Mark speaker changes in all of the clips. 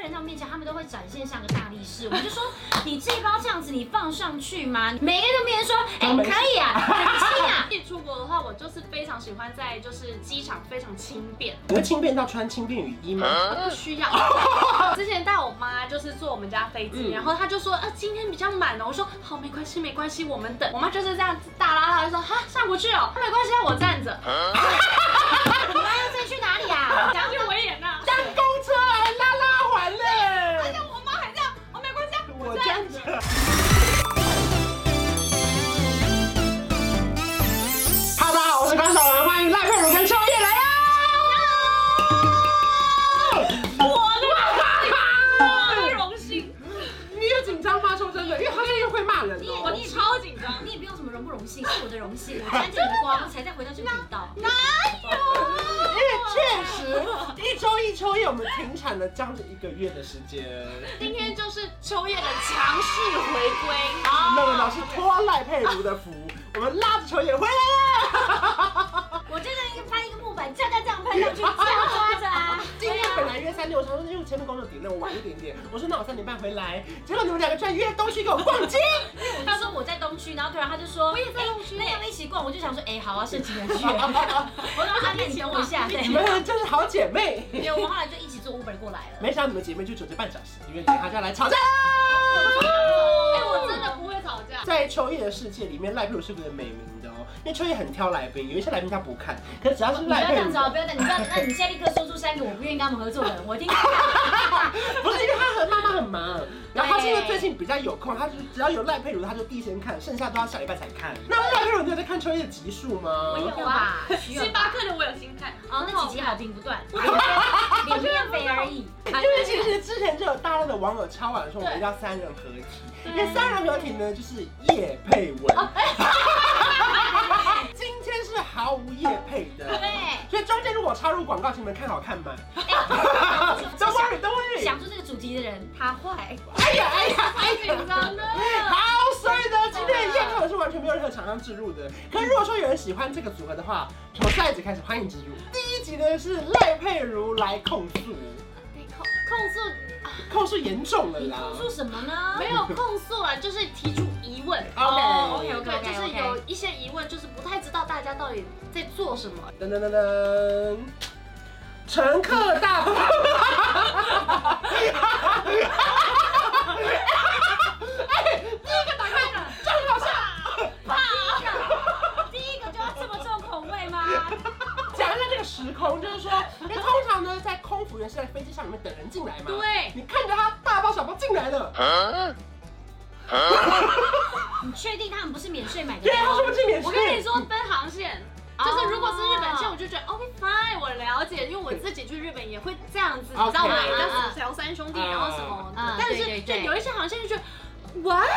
Speaker 1: 人家面前，他们都会展现像个大力士。我就说，你这一包这样子，你放上去吗？每个人都面前说，哎、可以 啊，很轻啊。
Speaker 2: 自己出国的话，我就是非常喜欢在就是机场非常轻便，
Speaker 3: 你会轻便到穿轻便雨衣吗？
Speaker 1: 嗯
Speaker 2: 不 需要。之前带我妈就是坐我们家飞机，
Speaker 3: 嗯
Speaker 2: 然后她就说，啊，今天比较满哦。我说好，没关系，没关系，我们等。我妈就是这样子大拉拉就说，哈，上不去哦，没关系，让我站着。
Speaker 1: 嗯你妈要再去哪里啊？
Speaker 2: 想去维也纳，
Speaker 3: 当公车还拉拉环嘞！
Speaker 2: 我妈还这样，我没关系啊，
Speaker 3: 我站着。哈喽，大家好，我是关晓雯，欢迎赖佩如跟秋叶来啦！
Speaker 1: 嗯
Speaker 2: 我
Speaker 3: 啊
Speaker 2: 的荣幸，
Speaker 3: 你有紧张吗？说真的，因为好像又会骂人哦。
Speaker 2: 我超紧张。
Speaker 1: 你也不用什么荣不荣幸，是我的荣幸， 我沾着你的光才再回到这个频道。
Speaker 3: 因为确实一周一秋叶，我们停产了将近一个月的时间。
Speaker 2: 今天就是秋叶的强势回归啊！
Speaker 3: 那个老师托赖佩如的福，我们拉着秋叶回来了。
Speaker 1: 我真的一个翻一个木板，这样这样翻 上去，这样抓着啊。
Speaker 3: 今天本来约三点，我想说因为前面工作点累，我晚一点点。我说那我三点半回来，结果你们两个居然约东区给我逛 街。
Speaker 1: 啊他说我在东区，然后突然他就说我也在东区，啊那要不要一起逛？我就想说，哎、好啊， 剩几个人去。我让他面前我一下，对
Speaker 3: 你。们真是好姐妹。
Speaker 1: 对，我们后来就一起坐 Uber 过 来了。
Speaker 3: 没想到你们姐妹就准备半小时，因为大家来吵架
Speaker 2: 哎、
Speaker 3: 啦。
Speaker 2: 我真的不会吵架。
Speaker 3: 在秋叶的世界里面，赖佩如是个美名的哦，因为秋叶很挑来宾，有一些来宾他不看，可是只要是
Speaker 1: 你不要
Speaker 3: 赖
Speaker 1: 这
Speaker 3: 佩
Speaker 1: 样
Speaker 3: 如
Speaker 1: 子，哦，不要这样，你不要，那你现在立刻说出三个我不愿意跟他们合作的人，我听。
Speaker 3: 不是因为他和妈妈很忙，然后他是因为最近比较有空，他就只要有赖佩如，他就第一时间看，剩下都要下礼拜才看。那赖佩如你有在看秋叶的集数吗？
Speaker 2: 我有啊
Speaker 1: 要哦吧，需要吧
Speaker 2: 星巴克的我有心态，
Speaker 1: 哦，那几集好评不断，脸面肥而已。
Speaker 3: 因为其实之前就有大量的网友敲碗说我们要三人合体，因为三人合体呢就是叶佩文，
Speaker 1: 哦
Speaker 3: 今天是毫无叶配的，
Speaker 1: 哎对
Speaker 3: 所以中间如果插入广告，请你们看好看吗啊？Don't
Speaker 1: 哎
Speaker 3: worry, don't worry。
Speaker 1: 想出这个主题的人，他坏。
Speaker 3: 哎呀哎呀哎
Speaker 2: 太
Speaker 3: 呀！
Speaker 2: 紧张了。
Speaker 3: 好，所以呢，
Speaker 1: 嗯
Speaker 3: 今天的叶配文是完全没有任何厂商置入的。可是如果说有人喜欢这个组合的话，从下一集开始欢迎植入。第一集呢是赖佩如来控诉，
Speaker 2: 控控诉
Speaker 3: 控诉严重了
Speaker 1: 你
Speaker 3: 啦。
Speaker 1: 控诉什么呢？
Speaker 2: 没有控诉啊，就是提出疑问。哦
Speaker 3: OK
Speaker 1: OK，OK，OK
Speaker 2: 对，就是有一些疑问，就是不太知道大家到底在做什么。
Speaker 1: 哎
Speaker 3: 噔噔噔噔，乘客大部，
Speaker 1: 第一个就要这么重口味吗？
Speaker 3: 讲一下这个时空，就是说，因为通常呢，在空服员是在飞机上里面等人进来嘛。。
Speaker 2: 对，
Speaker 3: 你看着他大包小包进来了，
Speaker 1: 你确定他们不是免税买的
Speaker 3: 对，他
Speaker 1: 吗
Speaker 3: 说？不进免
Speaker 2: 我跟你
Speaker 3: 税。
Speaker 2: 说分航线。
Speaker 1: 啊
Speaker 2: 就是如果是日本线，我就觉得 OK fine，我了解，因为我自己去日本也会这样子，你知道
Speaker 1: 啊
Speaker 3: OK
Speaker 2: 我也在聊三兄弟，
Speaker 3: 嗯
Speaker 2: 然后什么
Speaker 1: 嗯，
Speaker 2: 但
Speaker 1: 对对
Speaker 2: 是就
Speaker 1: 对
Speaker 2: 有一些航线就觉得 what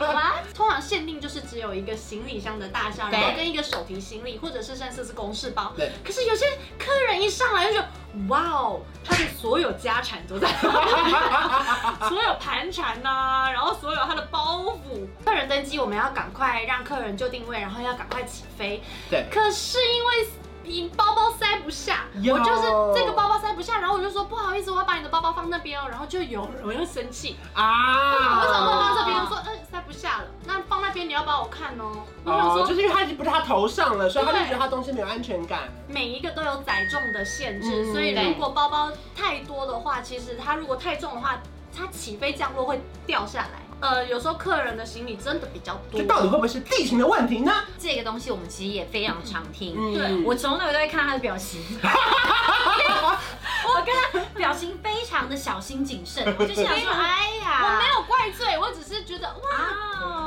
Speaker 2: what，通常限定就是只有一个行李箱的大小，然后
Speaker 1: 对
Speaker 2: 跟一个手提行李，或者是甚至是公事包。
Speaker 3: 对，
Speaker 2: 可是有些客人一上来就觉得，哇哦，他的所有家产 都在，所有盘缠呐、然后所有他的包袱。客人登机，我们要赶快让客人就定位，然后要赶快起飞。
Speaker 3: 对，
Speaker 2: 可是因为你包包塞不下，
Speaker 3: 哟
Speaker 2: 我就是这个包包塞不下，然后我就说不好意思，我要把你的包包放那边哦，然后就有人会生气，
Speaker 3: 啊，
Speaker 2: 为什么放这边？我说嗯、塞不下了，那放那边你要把我看哦。我想说
Speaker 3: 哦，就是因为他已经不是他头上了，所以他就
Speaker 2: 对
Speaker 3: 觉得他东西没有安全感。
Speaker 2: 每一个都有载重的限制，
Speaker 3: 嗯
Speaker 2: 所以如果包包太多的话，其实它如果太重的话，它起飞降落会掉下来。呃，有时候客人的行李真的比较多
Speaker 3: 就，到底会不会是地形的问题呢？
Speaker 1: 这个东西我们其实也非常常听。
Speaker 2: 对
Speaker 1: 我从头到尾都在看他的表情，我跟他表情非常的小心谨慎，我就想说，哎呀，
Speaker 2: 我没有怪罪，我只是觉得哇，
Speaker 1: 啊，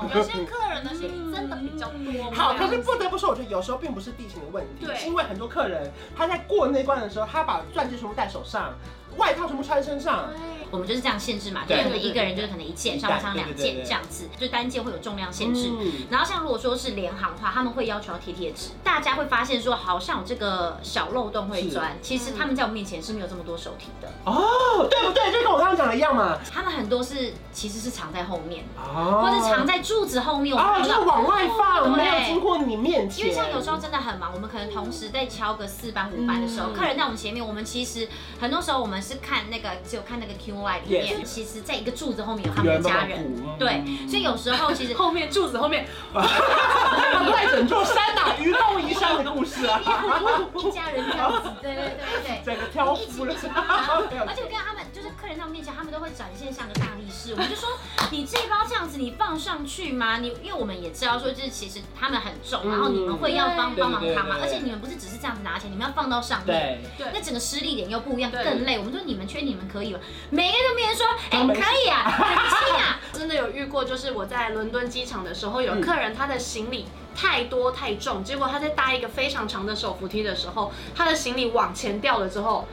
Speaker 2: 的确，有些客人的行李真的比较多。
Speaker 3: 好，可是
Speaker 2: 是
Speaker 3: 不得不说，我觉得有时候并不是地形的问题，
Speaker 2: 对
Speaker 3: 是因为很多客人他在过那关的时候，他把钻戒全部戴手上，外套全部穿身上，
Speaker 1: 我们就是这样限制嘛，就
Speaker 3: 对
Speaker 1: 是可能一个人就是可能一件，
Speaker 3: 一
Speaker 1: 上
Speaker 3: 袋
Speaker 1: 半上两
Speaker 3: 对对对
Speaker 1: 件
Speaker 3: 对
Speaker 1: 这样子，就单件会有重量限制。
Speaker 3: 嗯
Speaker 1: 然后像如果说是联行的话，他们会要求要贴贴纸，大家会发现说好像有这个小漏洞会
Speaker 3: 是
Speaker 1: 钻，其实他们在我面前是没有这么多手提的，
Speaker 3: 哦，对不对？就跟我刚刚讲的一样嘛。
Speaker 1: 他们很多是其实是藏在后面，
Speaker 3: 哦
Speaker 1: 或者藏在柱子后面。我
Speaker 3: 啊，
Speaker 1: 们
Speaker 3: 就
Speaker 1: 看
Speaker 3: 是
Speaker 1: 到
Speaker 3: 往外放，
Speaker 1: 对
Speaker 3: 没有经过你面前。
Speaker 1: 因为像有时候真的很忙，我们可能同时在敲个四班五班的时候，
Speaker 3: 嗯
Speaker 1: 客人在我们前面，我们其实很多时候我们是看那个只有看那个 Q Y 里面
Speaker 3: Yes
Speaker 1: 其实在一个柱子后面有他
Speaker 3: 有
Speaker 1: 们
Speaker 3: 人
Speaker 1: 的
Speaker 3: 帮
Speaker 1: 家
Speaker 3: 忙嗯
Speaker 1: 人，
Speaker 3: 顾
Speaker 1: 对，所以有时候 其实
Speaker 2: 后面柱子后面，
Speaker 3: 赖整座山啊呐、 愚弄一山的故事啊，
Speaker 1: 一家人这样子，对对对对。
Speaker 3: 整个挑
Speaker 1: 一起
Speaker 3: 夫
Speaker 1: 一
Speaker 3: 了
Speaker 1: 起，而且我跟他们就是客人他们面前，他们都会展现像个大力士。我就说， 你这一包这样子，你放上去吗？你因为我们也知道说，就是其实他们很
Speaker 3: 嗯
Speaker 1: 重，然后你们会要帮帮忙他嘛。而且你们不是只是这样子拿钱，你们要放到上面。
Speaker 3: 对，
Speaker 2: 对
Speaker 1: 那整个施力点又不一样，
Speaker 2: 对
Speaker 1: 更累。我们说你们缺，你们可以吧？每个人都没人说，哎、
Speaker 3: 他们
Speaker 1: 可以啊，很轻啊。
Speaker 2: 真的有遇过，就是我在伦敦机场的时候，有
Speaker 3: 嗯
Speaker 2: 客人他的行李太多太重，结果他在搭一个非常长的手扶梯的时候，他的行李往前掉了之后，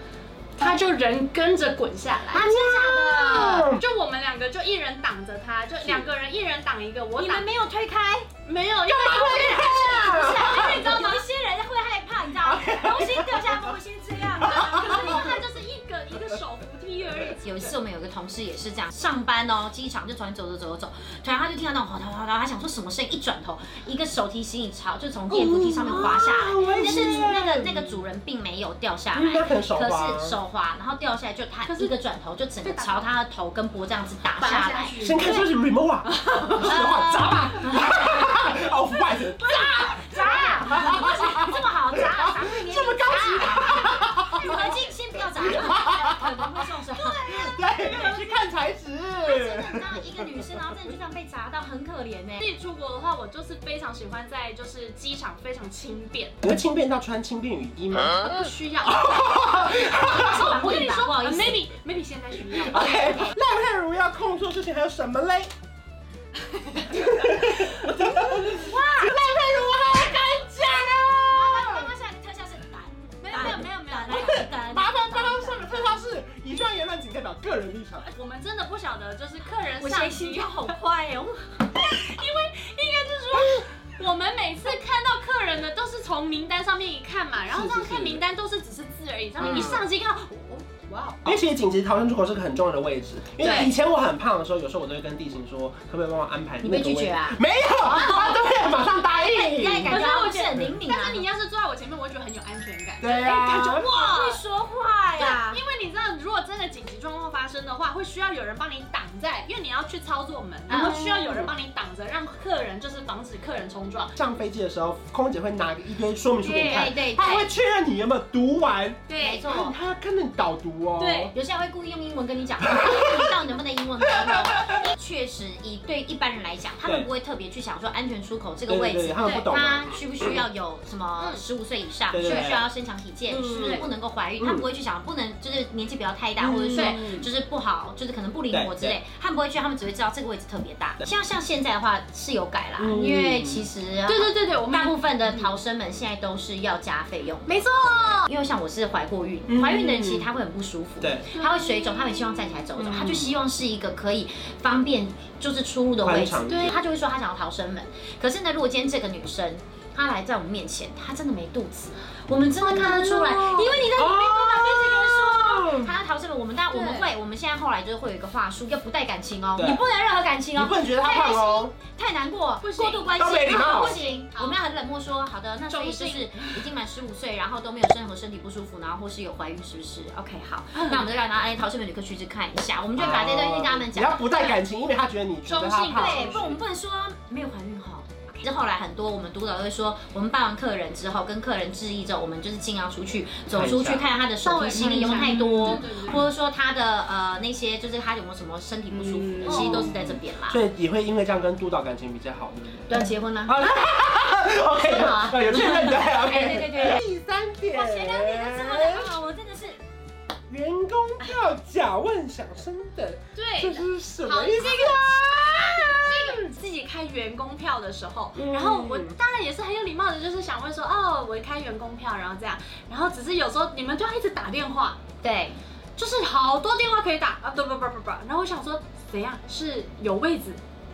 Speaker 2: 他就人跟着滚下来。
Speaker 1: 啊真的假的？
Speaker 2: 就我们两个就一人挡着他，就是两个人一人挡一个，我
Speaker 1: 你
Speaker 2: 挡
Speaker 1: 们没有推开，
Speaker 2: 没有，因为
Speaker 1: 不是，因为你知道吗？有一些人会害怕，你知道吗？东西掉下来会先这样的。
Speaker 2: 可是因为他就是一个一个手扶梯而已。
Speaker 1: 有一次我们有个同事也是这样，上班哦，机场就突然走走走走走，突然他就听到那种哗啦哗啦，他想说什么声音，一转头，一个手提行李槽就从电扶梯上面滑下来，但
Speaker 3: 哦
Speaker 1: 是
Speaker 3: 好危险
Speaker 1: 那个那个主人并没有掉下
Speaker 3: 应该
Speaker 1: 来。
Speaker 3: 很手
Speaker 1: 可
Speaker 3: 滑，
Speaker 1: 是手滑，然后掉下来，就他
Speaker 2: 可是
Speaker 1: 一个转头就整个
Speaker 2: 被打
Speaker 1: 朝他的头跟脖这样子打
Speaker 2: 拔
Speaker 1: 下
Speaker 2: 下
Speaker 1: 来，
Speaker 2: 去，
Speaker 3: 先看这是 remote 啊， 不是的话砸吧，哦，腐败者，
Speaker 1: 砸啊！这么好砸啊，砸你这么高级，你们进先不要砸，可能会受伤。
Speaker 3: 对，去看 材质，
Speaker 1: 真的，当一个女生，然后真的就这样被砸到，很可怜呢
Speaker 2: 自。己出国的话，我就是非常喜欢在就是机场非常轻便，
Speaker 3: 你会轻便到穿轻便雨衣 吗
Speaker 2: 不需要。
Speaker 1: 我
Speaker 2: 我
Speaker 1: 跟
Speaker 2: 跟
Speaker 1: 你
Speaker 2: 你
Speaker 1: 说，
Speaker 2: 说
Speaker 1: 不好意思
Speaker 2: m a y b e maybe 现在需 要。
Speaker 3: ？OK，赖佩如要控诉的事情还有什么嘞？
Speaker 1: 刚刚下一个
Speaker 2: 啊
Speaker 1: 特效是胆，没有没有没有没有，胆
Speaker 3: 麻烦帮上个特效是以上言论仅代表个人立场。
Speaker 2: 我们真的不晓得，就是客人
Speaker 1: 我现在
Speaker 2: 上
Speaker 1: 心
Speaker 2: 机
Speaker 1: 跳，好快哦，
Speaker 2: 应该是说，我们每次看到客人的都是从名单上面一看嘛，然后这样看名单都是只嗯是字而已，上面一上机看到，哦哇
Speaker 3: 因为其实紧急逃生出口是个很重要的位置，因为
Speaker 2: 对
Speaker 3: 以前我很胖的时候，有时候我都会跟地形说，可不可以帮我安排
Speaker 1: 你
Speaker 3: 那个位
Speaker 1: 被
Speaker 3: 置？
Speaker 1: 拒绝啊？
Speaker 3: 没有，他都会马上答
Speaker 1: 你在
Speaker 3: 哦 应。
Speaker 1: 感觉好像很灵敏啊
Speaker 2: 但是你要是坐在我前面，我会觉得很有安全感。
Speaker 3: 对啊
Speaker 2: 哎感觉
Speaker 3: 呀，
Speaker 2: 哇。
Speaker 1: 会说话呀
Speaker 2: 对，，啊因为你知道，如果真的紧急状况发生的话，会需要有人帮你挡在，因为你要去操作门，然后需要有人帮你挡着，让客人就是防止客人冲撞。
Speaker 3: 上飞机的时候，空姐会拿一堆说明书给你看
Speaker 1: 对，对
Speaker 3: 她
Speaker 1: 对，
Speaker 3: 会确认你有没有读完，
Speaker 1: 没
Speaker 2: 对，
Speaker 1: 错。
Speaker 3: 她要跟着你导读哦。
Speaker 2: 对
Speaker 1: 有些人会故意用英文跟你讲，你到底能不能英文沟通？确实，以对一般人来讲，他们
Speaker 3: 对
Speaker 1: 不会特别去想说安全出口这
Speaker 3: 对，
Speaker 1: 个位
Speaker 3: 对对
Speaker 1: 置，
Speaker 3: 他们不懂啊
Speaker 1: 他。需不需要有什么
Speaker 2: 嗯
Speaker 1: 十五岁以上，
Speaker 3: 对
Speaker 1: 需
Speaker 3: 对对
Speaker 1: 不需要身强体健，
Speaker 3: 嗯
Speaker 1: 是不是不能够怀孕？
Speaker 3: 嗯
Speaker 1: 他们不会去想，不能就是年纪不要太大，
Speaker 3: 嗯
Speaker 1: 或者说
Speaker 3: 对
Speaker 1: 就是不好，就是可能不灵活之
Speaker 3: 对
Speaker 1: 类，他们不会去，他们只会知道这个位置特别大。
Speaker 3: 对
Speaker 1: 像像现在的话是有改啦，
Speaker 3: 嗯
Speaker 1: 因为其实啊
Speaker 2: 对对对对，我们
Speaker 1: 大部分的逃生门现在都是要加费用，
Speaker 2: 没错，
Speaker 1: 因为像我是怀过孕，
Speaker 3: 嗯
Speaker 1: 怀孕的人其实他会很不舒服。
Speaker 3: 对，
Speaker 1: 他会水肿，他很希望站起来走走，
Speaker 3: 嗯
Speaker 1: 他就希望是一个可以方便就是出入的位
Speaker 3: 宽
Speaker 1: 置
Speaker 3: 敞一，点
Speaker 1: 对，他就会说他想要逃生门。可是呢，如果今天这个女生她来在我们面前，她真的没肚子，我们真的看得出来，
Speaker 2: 好难哦
Speaker 1: 因为你在你没办法跟这个人说。
Speaker 3: 哦
Speaker 1: 她要逃生门，我们当然
Speaker 2: 对
Speaker 1: 我们会，我们现在后来就是会有一个话术，要不带感情哦，
Speaker 3: 对
Speaker 1: 你不能任何感情
Speaker 3: 你
Speaker 1: 哦
Speaker 3: 不，能觉得她胖哦，
Speaker 1: 太难过，
Speaker 2: 不行
Speaker 1: 过度关
Speaker 3: 都没礼
Speaker 1: 心，啊
Speaker 3: 貌
Speaker 1: 不行，
Speaker 2: 好
Speaker 1: 我们要很冷漠说，好的，那所以就是
Speaker 2: 中性
Speaker 1: 已经满十五岁，然后都没有任何身体不舒服，然后或是有怀孕，是不是？OK，好， 那我们就让他哎逃生门旅客去去看一下，我们就把这段先跟他们
Speaker 3: 你
Speaker 1: 讲
Speaker 3: 要，不带感情，因为她觉得你觉得她
Speaker 2: 中性
Speaker 3: 胖。
Speaker 1: 对，不，我们不能说没有怀孕哈。其实后来很多我们督导都会说，我们办完客人之后，跟客人致意之后，我们就是尽量出去走出去，
Speaker 3: 看一下
Speaker 1: 看看他的手提行李有没有太多，
Speaker 2: 对对对
Speaker 1: 或者说他的呃那些就是他有没有什么身体不舒服的，
Speaker 3: 嗯哦
Speaker 1: 其实都是在这边啦。
Speaker 3: 所以也会因为这样跟督导感情比较好，对不对？
Speaker 1: 都要结婚啦。
Speaker 3: 好了，OK，
Speaker 1: 真的啊
Speaker 3: 有确认对
Speaker 1: 哎，对
Speaker 3: ，OK。
Speaker 1: 对对。
Speaker 3: 第三点，
Speaker 1: 我前两天就这么的啊，我真的是
Speaker 3: 员工要假问想升等，这
Speaker 2: 对，
Speaker 3: 是什么
Speaker 1: 啊
Speaker 3: 意思
Speaker 2: 这个自己开员工票的时候，
Speaker 3: 嗯
Speaker 2: 然后我当然也是很有礼貌的，就是想问说，哦，我开员工票，然后这样，然后只是有时候你们就要一直打电话，
Speaker 1: 对，
Speaker 2: 就是好多电话可以打啊，不不不不不，然后我想说，怎样是有位置，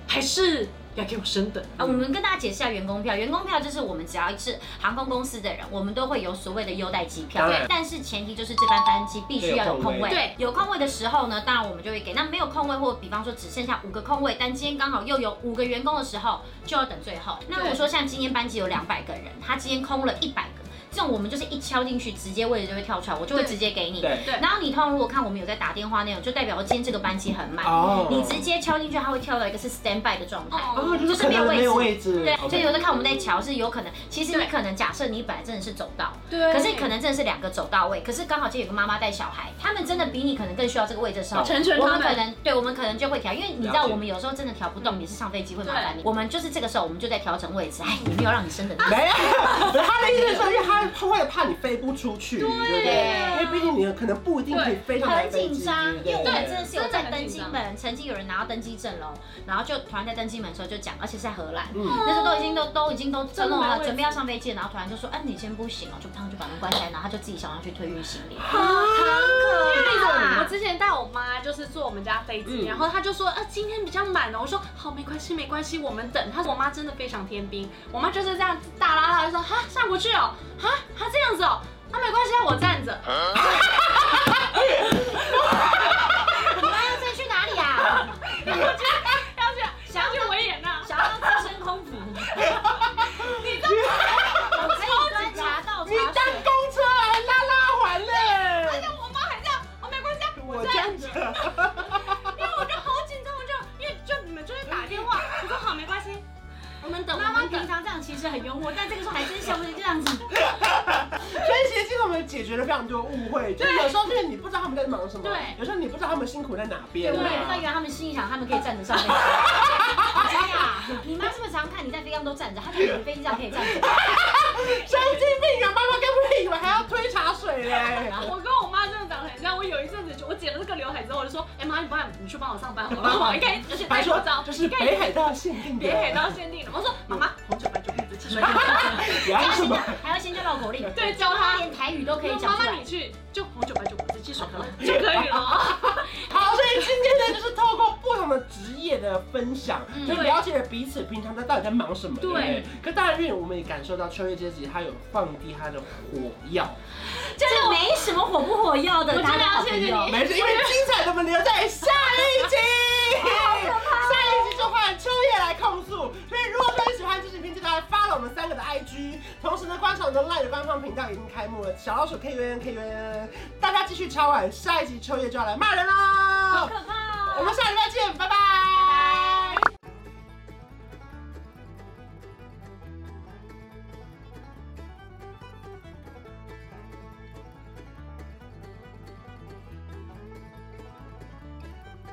Speaker 2: 还是要给我升等？
Speaker 1: 啊，我们跟大家解释一下员工票。员工票就是我们只要是航空公司的人，我们都会有所谓的优待机票
Speaker 3: 当然，
Speaker 1: 但是前提就是这班班机必须要有空位。
Speaker 2: 对
Speaker 1: 有空位的时候呢，当然我们就会给。那没有空位，或比方说只剩下五个空位，但今天刚好又有五个员工的时候，就要等最后。那如果说像今天班机有两百个人，他今天空了一百个。这种我们就是一敲进去，直接位置就会跳出来，我就会直接给你。
Speaker 3: 对
Speaker 2: 对
Speaker 1: 然后你通常如果看我们有在打电话那种，就代表今天这个班级很满。
Speaker 3: 哦
Speaker 1: 你直接敲进去，它会跳到一个是 stand by 的状态。
Speaker 2: 哦
Speaker 3: 哦，就是
Speaker 1: 就是
Speaker 3: 可
Speaker 1: 没有
Speaker 3: 能没有
Speaker 1: 位
Speaker 3: 位置，
Speaker 1: 对，
Speaker 3: OK
Speaker 1: 所以有的看我们在瞧是有可能，其实你
Speaker 2: 对
Speaker 1: 可能假设你本来真的是走道，
Speaker 2: 对
Speaker 1: 可是可能真的是两个走到位，可是刚好就有个妈妈带小孩，他们真的比你可能更需要这个位置的时候，
Speaker 2: 成全
Speaker 1: 我
Speaker 2: 他
Speaker 1: 们可
Speaker 2: 们。
Speaker 1: 能对，我们可能就会调，因为你知
Speaker 3: 了
Speaker 1: 道
Speaker 3: 解
Speaker 1: 我们有时候真的调不动，也是上飞机会麻
Speaker 2: 嗯对
Speaker 1: 烦你。我们就是这个时候我们就在调整位置，哎，也没有让你升等。
Speaker 2: 啊
Speaker 3: 没有，他的意思是说，因为他会怕你飞不出去，对不对？因为毕竟你可能不一定可以飞上来
Speaker 1: 很
Speaker 3: 飞
Speaker 1: 紧
Speaker 3: 机，
Speaker 1: 张，因为我们真的
Speaker 3: 对
Speaker 1: 是有在
Speaker 2: 真的很
Speaker 1: 登
Speaker 2: 紧
Speaker 1: 机
Speaker 2: 张
Speaker 1: 门，曾经有人拿到登机证喽，然后就突然在登机门的时候就讲，而且是在荷兰，
Speaker 3: 嗯，
Speaker 1: 那时候都已经都都已经都
Speaker 2: 真的
Speaker 1: 弄
Speaker 2: 没
Speaker 1: 了，
Speaker 2: 位置
Speaker 1: 准备要上飞机了，然后突然就说，哎，你先不行哦，就他们就把门关起来，然后他就自己想要去推运行李，
Speaker 3: 啊
Speaker 2: 我之前带我妈就是坐我们家飞机，
Speaker 3: 嗯
Speaker 2: 然后她就说，呃，今天比较满哦。我说好，没关系，没关系，我们等。她说我妈真的非常天兵，我妈就是这样子大拉拉地说，哈上不去哦，哈她这样子哦，那没关系，我站着。
Speaker 1: 你们要再去哪里啊？
Speaker 2: 要去想去维也纳，
Speaker 1: 想要当升空服，
Speaker 2: 你知道吗？
Speaker 1: 我可以端茶倒茶
Speaker 3: 你当
Speaker 1: 水。
Speaker 3: 公车还拉拉环嘞，
Speaker 2: 我妈还这样，哦没关系啊，
Speaker 3: 我
Speaker 2: 我
Speaker 3: 站
Speaker 2: 站
Speaker 3: 着
Speaker 2: 着。，因为我就好紧张，我就因为就你们就会打电话，我说好没关系，我们等
Speaker 1: 妈
Speaker 2: 妈
Speaker 1: 妈
Speaker 2: 妈
Speaker 1: 平
Speaker 2: 等。
Speaker 1: 常这样其实很幽默，但这个时候还真想不起这样子。
Speaker 3: 所以其实我们解决了非常多误会，就是有时候就是你不知道他们在忙什么，
Speaker 2: 对
Speaker 3: 有时候你不知道他们辛苦在哪边
Speaker 1: 对，我
Speaker 3: 啊，
Speaker 1: 也不知道，原来他们心里想他们可以站着上 飞机。真的啊，你妈是不是常看你在飞机上都站着？她觉得你飞机上可以站着。
Speaker 3: 神经病啊！妈妈该不会以为还要推茶水 嘞？
Speaker 2: 我跟我妈真的长得很像，我有一阵子就我剪了这个刘海之后，我就说，哎、妈，你帮你去帮我上班好不好？应该而且戴
Speaker 3: 还
Speaker 2: 口
Speaker 3: 说
Speaker 2: 罩，
Speaker 3: 这是北海道限定的，
Speaker 2: 别海到限定了。我说妈妈，红酒白酒红酒汽水。
Speaker 3: 然后什么？
Speaker 1: 还要先教绕口令，
Speaker 2: 对教她
Speaker 1: 连台语都可以
Speaker 2: 我说
Speaker 1: 讲
Speaker 2: 妈
Speaker 1: 出
Speaker 2: 妈
Speaker 1: 来
Speaker 2: 你。去就红酒白酒果汁汽水喝就可以了。
Speaker 3: 好，所以今天呢，就是透过不同的职业的分享，
Speaker 1: 嗯
Speaker 3: 就了解了彼此平常在到底在忙什么，对
Speaker 2: 对
Speaker 3: 不对？可当然，因为我们也感受到秋叶阶级它有放低它的火药，
Speaker 1: 这没什么火不火药的，
Speaker 2: 我真的
Speaker 1: 大家好
Speaker 2: 要
Speaker 1: 朋
Speaker 2: 谢谢
Speaker 1: 友。
Speaker 2: 你
Speaker 3: 没事，因为精彩的我们留在下 一集。
Speaker 1: 哦
Speaker 3: 下一集就换秋叶来控诉，所以如果说你喜欢这视频，记得来 follow 我们三个的 IG，同时呢，观赏我们的 LINE 的官方频道已经开幕了，小老鼠 K U N K U N，大家继续敲碗，下一集秋叶就要来骂人喽，
Speaker 1: 可怕哦
Speaker 3: 我们下礼拜见，拜拜。